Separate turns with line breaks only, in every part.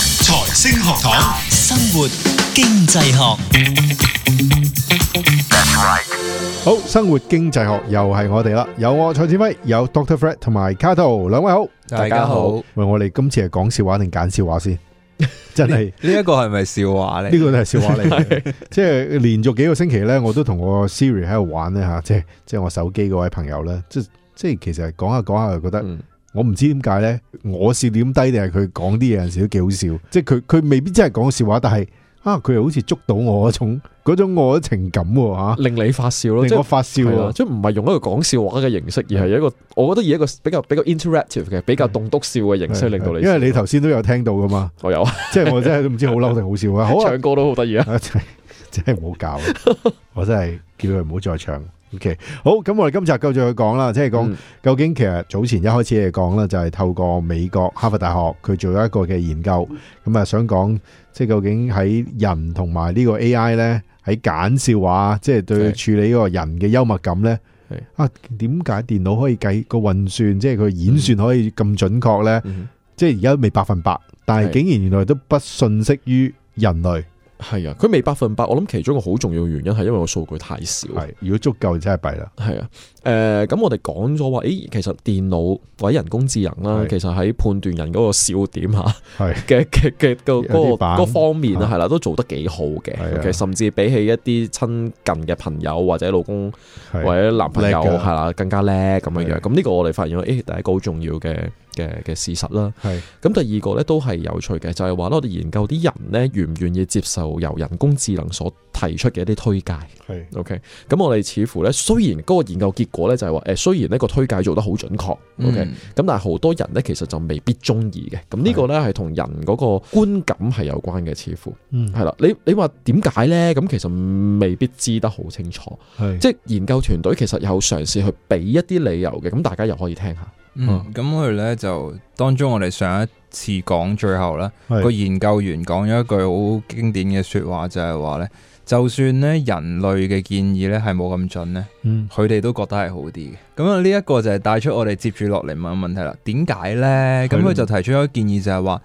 星學堂，
生活經濟學，
好，生活經濟學又係我哋啦，有我蔡志輝，有 Doctor Fred 同埋 Cato 兩位好。
大家好，呢
喂，我哋今次係講笑話定揀笑話先？真係
一個係咪笑話
呢
嚟？
個都係笑話嚟嘅，即係連續幾個星期咧，我都同我 Siri 喺度玩咧吓，即係即係我手機嗰位朋友咧，即即係其實講下講下就覺得。
嗯
我唔知點解咧，我笑點低定係佢講啲嘢有陣時都幾好笑，即係佢佢未必真係講笑話，但係啊佢又好似捉到我嗰 種嗰種我嘅情感喎嚇，
令你發笑 咯，即
令我
係
發笑啊嗯
係啦
喎。
即係唔係用一個講笑話嘅形式，而係一個我覺得以一個比較比較 interactive 嘅比較棟篤笑嘅形式令到你
嗯啊因
笑，啊
為你頭先都有聽到噶嘛，
我有啊，
即係我真係都唔知好嬲定好笑 啊！好啊
唱歌都好得意啊！
啊， 真係真係唔好 搞啦，我真係叫佢唔好再唱。OK，好，咁我哋今集繼續去講啦，即係講
嗯
究竟其實早前一開始嚟講啦，就係透過美國哈佛大學佢做咗一個嘅研究，咁啊想講即係究竟喺人同埋呢個 AI 咧喺揀笑話，即係對
係
處理嗰個人嘅幽默感咧
係。
啊，點解電腦可以計個運算，即係佢演算可以咁準確咧？
嗯
即係而家未百分百，但係
係
竟然原來都不遜色於人類。
係啊，佢未百分百，我諗其中一個好重要嘅原因係因為個數據太少。
係，如果足夠真係弊啦。
係啊，誒、咁我哋講咗話，誒，其實電腦或者人工智能啦，
係
其實喺判斷人嗰個笑點嚇
係
嘅嘅嘅個
有啲
嗰個
版
嗰個方面啊，
啊
係啦，都做得幾好嘅
係啊。
其實甚至比起一啲親近嘅朋友或者老公
係
或者男朋友
叻㗎
係啦，更加叻咁樣
係
樣。咁呢個我哋發現咗，誒、第一個好重要嘅嘅嘅事實啦。
係
咁第二個咧都係有趣嘅，就係話咧，我哋研究啲人咧願唔願意接受由人工智能所提出嘅一啲推介。
係
OK，咁我哋似乎咧，雖然嗰個研究結果咧就係話，誒雖然呢個推介做得好準確，OK，咁、
嗯
嗯
但係好多人咧其實就未必中意嘅，咁呢個咧係同人嗰個觀感係有關嘅，似乎
嗯
係啦。你你話點解咧？咁其實未必知得好清楚，
係
即係研究團隊其實有嘗試去俾一啲理由嘅，咁大家又可以聽下。
嗯
嗯，咁佢咧就當中我哋上一次講最後啦，
係
個研究員講咗一句好經典嘅說話，就係話咧，就算咧人類嘅建議咧係冇咁準咧，
嗯
佢哋都覺得係好啲嘅。咁啊，呢一個就係帶出我哋接住落嚟問嘅問題啦。點解咧？咁
係咯
佢就提出咗一個建議就係話，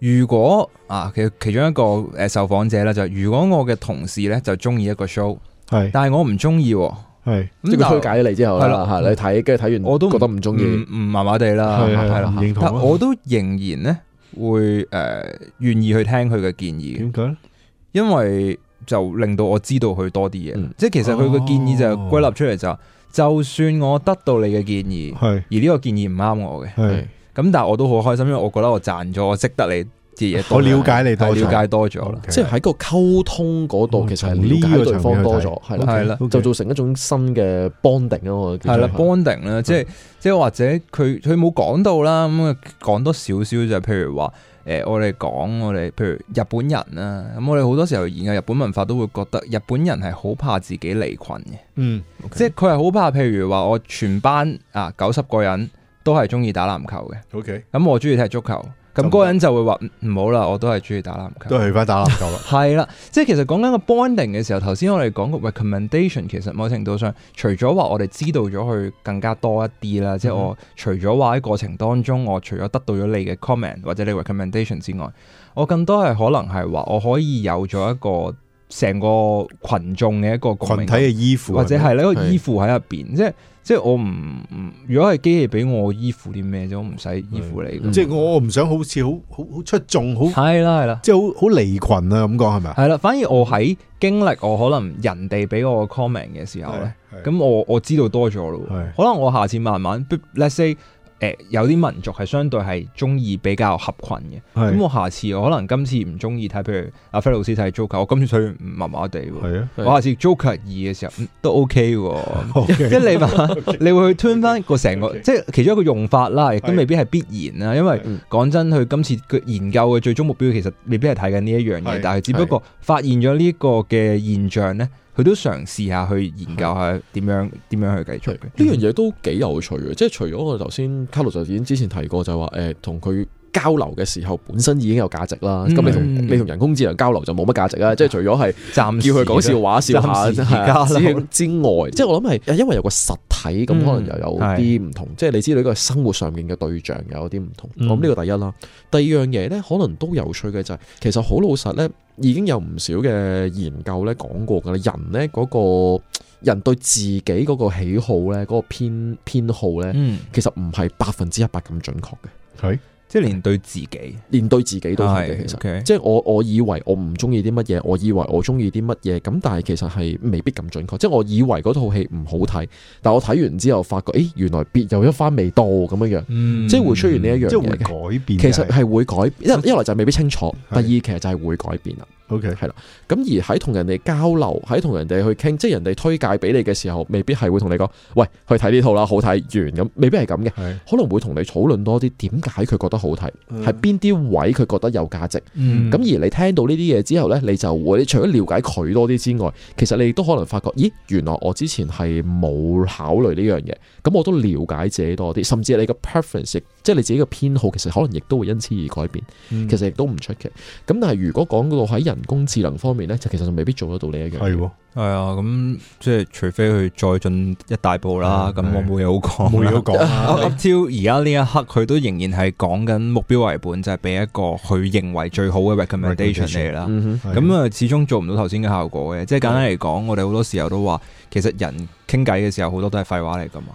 如果啊，其其中一個誒受訪者咧就係如果我嘅同事咧就中意一個 show，
係
但係我唔中意喎，咁
係
即係佢
但
推介咗你之後啦，
係啦
嚇你睇，跟住睇完
我都唔
覺得唔中意，
唔唔麻麻地啦，
嗯係係
係啦
唔認同啊
但我都仍然咧會誒、呃、願意去聽佢嘅建議嘅，
點解咧？
因為就令到我知道佢多啲嘢。
嗯
即係其實佢嘅建議就係
哦
歸納出嚟就係，就算我得到你嘅建議，
係
而呢個建議唔啱我嘅，
嗯係
咁但係我都好開心，因為我覺得我賺咗，我識得你啲嘢多
我
咗，
了解你 多
係
咗
了解多咗啦。
OK
即係喺個溝通嗰度，其實係
從嗯呢個
了解對
層
方
面去嗯
多
睇
咗，係啦。
係啦
OK，OK
就造成一種新嘅 bonding 咯，我
係啦，bonding 啦，即係即係或者佢佢冇講到啦，咁啊講多少少就係譬如話誒、我哋講我哋譬如日本人啦，咁我哋好多時候研究日本文化都會覺得日本人係好怕自己離群嘅，
嗯
即係佢係好怕譬如話我全班啊九十個人都係中意打籃球嘅，
OK，
咁我中意踢足球，咁嗰個人就會話嗯唔唔好啦，我都係中意打籃球。
都。係去翻打籃球啦
係啦，即係其實講緊個 bonding 嘅時候，頭先我哋講個 recommendation，其實某程度上，除咗話我哋知道咗佢更加多一啲啦，
嗯
即係我除咗話喺過程當中，我除咗得到咗你嘅 comment 或者你 recommendation 之外，我更多係可能係話我可以有咗一個成個群眾嘅一個共鳴
群體嘅依附啊
或者係呢個
係
依附喺入邊，即係即係我唔唔，如果係機器俾我依附啲咩啫，我唔使依附你
嗯
㗎。
即係我我唔想好似好好好出眾，好
係啦係啦。
即係好好離群啊咁講係咪啊？
係啦，反而我喺經歷我可能人哋俾我嘅 comment 嘅時候咧，
係
咁我我知道多咗咯
係。
可能我下次慢慢譬如，let's say 誒、有啲民族係相對係中意比較合群嘅，咁
係
我下次我可能今次唔中意睇，譬如阿飛老師睇 Joker，我今次睇唔麻麻地喎。
係啊
係
我下次 Joker 二嘅時候、嗯都 OK 喎。
，OK
即係你話，你會去 turn 翻個成個，即係其中一個用法啦，亦都
係
未必係必然啊啦。因為
嗯
講真，佢今次佢研究嘅最終目標其實未必係睇緊呢一樣
係
嘢，但係只不過發現咗呢個嘅現象咧，佢都嘗試下去研究下點樣點樣去繼續嘅。
呢樣嘢都幾有趣嘅，即係除咗我哋頭先卡洛就已經之前提過，就係話誒同佢交流嘅時候本身已經有價值啦。咁、你同
嗯
你同人工智能交流就冇乜價值啦，即係除咗係
暫時
叫佢講笑話笑下
暫時
真係
而 家
啊
啦
之之外，即係我諗係因為有個實體咁，
嗯
可能又有啲唔同，即係你知道呢個生活上面嘅對象有啲唔同。
嗯
我諗呢個第一啦，第二樣嘢咧，可能都有趣嘅就係、其實好老實咧，已經有唔少嘅研究咧講過㗎啦，人咧嗰、個人對自己嗰個喜好咧，嗰、個偏偏好咧，
嗯，
其實唔係百分之一百咁準確嘅，
係
即係連對自己
連對自己都係嘅，其實。
實
即係我我以為我唔中意啲乜嘢，我以為我中意啲乜嘢，咁但係其實係未必咁準確。即係我以為嗰套戲唔好睇，但我睇完之後發覺，誒原來別有一番味道咁樣樣，
嗯
即係會出現呢一樣
即係會
嘢嘅。
改變嘅。
其實係會改變，一一來就係未必清楚，第
係
二其實就係會改變啦。
OK，
咁而喺同人哋交流，喺同人哋去傾，即係人哋推介俾你嘅時候，未必係會同你講，喂，去睇呢套啦，好睇完咁，未必係咁嘅。
係
可能會同你討論多啲點解佢覺得好睇，
嗯
係邊啲位佢覺得有價值。
嗯
咁而你聽到呢啲嘢之後呢，你就會你除咗了解佢多啲之外，其實你亦都可能發覺，咦，原來我之前係冇考慮呢樣嘢，咁我都了解自己多啲，甚至你嘅 preference，即係你自己嘅偏好，其實可能亦都會因此而改變，其
其
實亦都唔出奇。咁但係如果講到喺人工智能方面呢，就其實就未必做得到呢一樣嘢。
嗯係喎，
係啊，咁即係除非佢再進一大步
啊
啦，
係
咁我冇嘢好講
冇
啦。
嘢好講啊。
Up till 而家呢一刻，佢都仍然係講緊目標為本，就係俾一個佢認為最好嘅 recommendation 嚟啦。
嗯哼
咁啊，始終做唔到頭先嘅效果嘅，即係簡單嚟講，我哋好多時候都話，其實人傾偈嘅時候好多都係廢話 嚟噶嘛。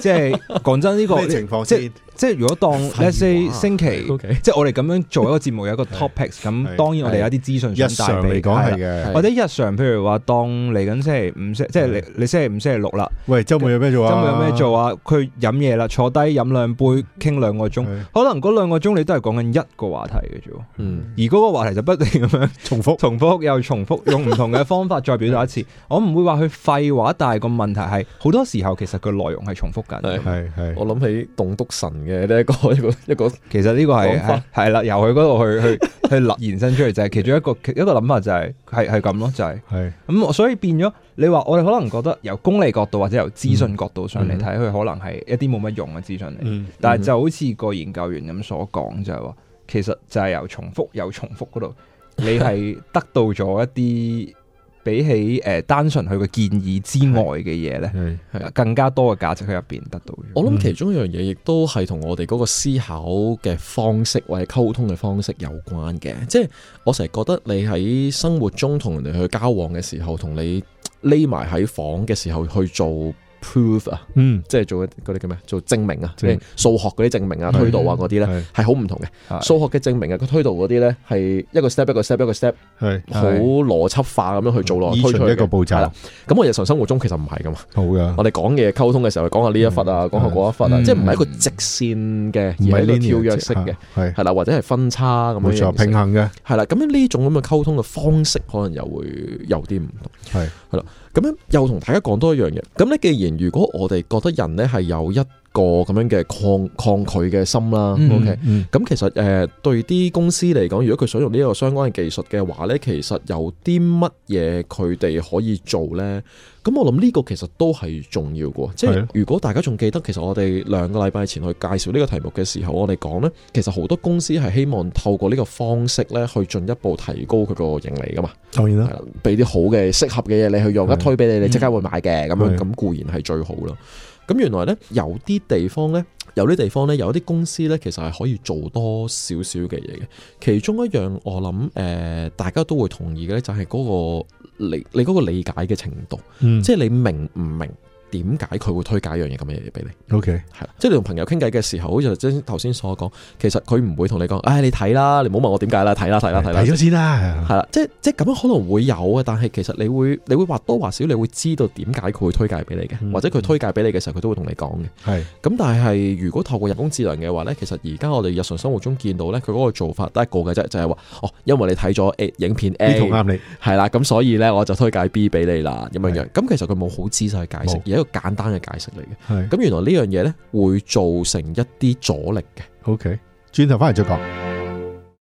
即係講真呢個
咩，情況
即
先？
即係如果當 let's say
廢話
星期，
，OK，
即係我哋咁樣做一個節目有一個 topics，咁
係
當然我哋有一啲資訊
日
想帶
常嚟
俾
講係
啦
嘅。
或者日常譬如話當嚟緊星期五、星即係你你星期五、星期六啦。
喂，周末有咩做啊？
真係有咩？做啊？佢飲嘢啦，坐低飲兩杯，傾兩個鐘，
係
可能嗰兩個鐘你都係講緊一個話題嘅啫喎，
嗯
而嗰個話題就不斷咁樣
重複
重複又重複，用唔同嘅方法再表達一次。我唔會話佢廢話，但係個問題係好多時候其實個內容係重複緊嘅。
係
係係
我諗起棟篤神嘅呢一個一個一個
其實呢個係
講法
係係啦，由佢嗰度去去去 諗延伸出嚟就係其中一個一個諗法就係係係咁咯，就係
係
咁我所以變咗，你話我哋可能覺得由功利角度或者由資訊角度上
嗯
嚟睇，佢、可能係一啲冇乜用嘅資訊嚟。
嗯
但係就好似個研究員咁所講，就係話其實就係由重複又重複嗰度，你係得到咗一啲比起誒、呃、單純佢嘅建議之外嘅嘢咧，
係
係
更加多嘅價值喺入邊得到咗。
我
嗯
諗其中一樣嘢，亦都係同我哋嗰個思考嘅方式或者溝通嘅方式有關嘅。即係我成日覺得你喺生活中同人哋去交往嘅時候，同你匿埋喺房嘅時候去做 proof 啊，
嗯
即係做嗰啲叫咩？做證明啊，即
證
係數學嗰啲證明啊、
係
推導啊嗰啲呢，
係
係好唔同嘅。
係
數學嘅證明啊，佢推導嗰啲呢，係一個 step 一個 step 一個 step，
係
好邏輯化咁樣去做落
依
去推出
循
去
一個
嘅。
步
係
驟
啦，咁我日常生活中其實唔係噶嘛。
好噶，
我哋講嘢溝通嘅時候，講下呢一忽啊，講下嗰一忽啊，
嗯
即係唔係一個直線嘅，而係一個跳躍式嘅，，
係
係啦，或者係分叉咁
冇
樣
錯，
形
平
式，
衡嘅
係啦。咁樣呢種咁嘅溝通嘅方式，可能又會有啲唔同。
係
咁樣又同大家講多一樣嘢。咁咧，既然如果我哋覺得人咧係有一個咁樣嘅抗抗拒嘅心啦
嗯
，OK。
嗯
咁其實誒、呃、對啲公司嚟講，如果佢想用呢個相關嘅技術嘅話呢，其實有啲乜嘢佢哋可以做呢？咁我諗呢個其實都係重要嘅喎，即
係
係
啊
如果大家仲記得，其實我哋兩個禮拜前去介紹呢個題目嘅時候，我哋講呢，其實好多公司係希望透過呢個方式呢，去進一步提高佢個盈利噶嘛，
當然啦，
係啦，俾啲好嘅適合嘅嘢你去用，
係嗯
一推俾你，你即刻會買嘅，咁
係
樣咁固然係最好啦。咁原來呢，有啲地方呢，有啲地方呢，有啲公司呢，其實係可以做多少少嘅嘢嘅。其中一樣我諗誒、呃大家都會同意嘅呢，就係嗰個理你嗰個理解嘅程度，
嗯
即係你明唔明點解佢會推介一樣嘢咁嘅嘢俾你？
，OK，
係啦，即係你同朋友傾偈嘅時候，好似頭先頭先所講，其實佢唔會同你講，唉、你睇啦，你唔好問我點解啦，睇啦，睇啦，睇啦
睇。咗先啦，
係啦，即係即係咁樣可能會有啊，但係其實你會你會或多或少你會知道點解佢會推介俾你嘅，
嗯
或者佢推介俾你嘅時候佢都會同你講嘅。
係
咁但係如果透過人工智能嘅話呢，其實而家我哋日常生活中見到呢，佢嗰個做法得一個嘅啫，就係話哦，因為你睇咗 A 影片
呢
A
套啱你，
係啦，咁所以呢，我就推介 B 俾你啦，咁樣樣。咁其實佢冇好仔細解
冇
釋，而係一個簡單嘅解釋嚟嘅。
係
咁原來呢樣嘢呢，會造成一啲阻力嘅。
OK，轉頭翻嚟再講，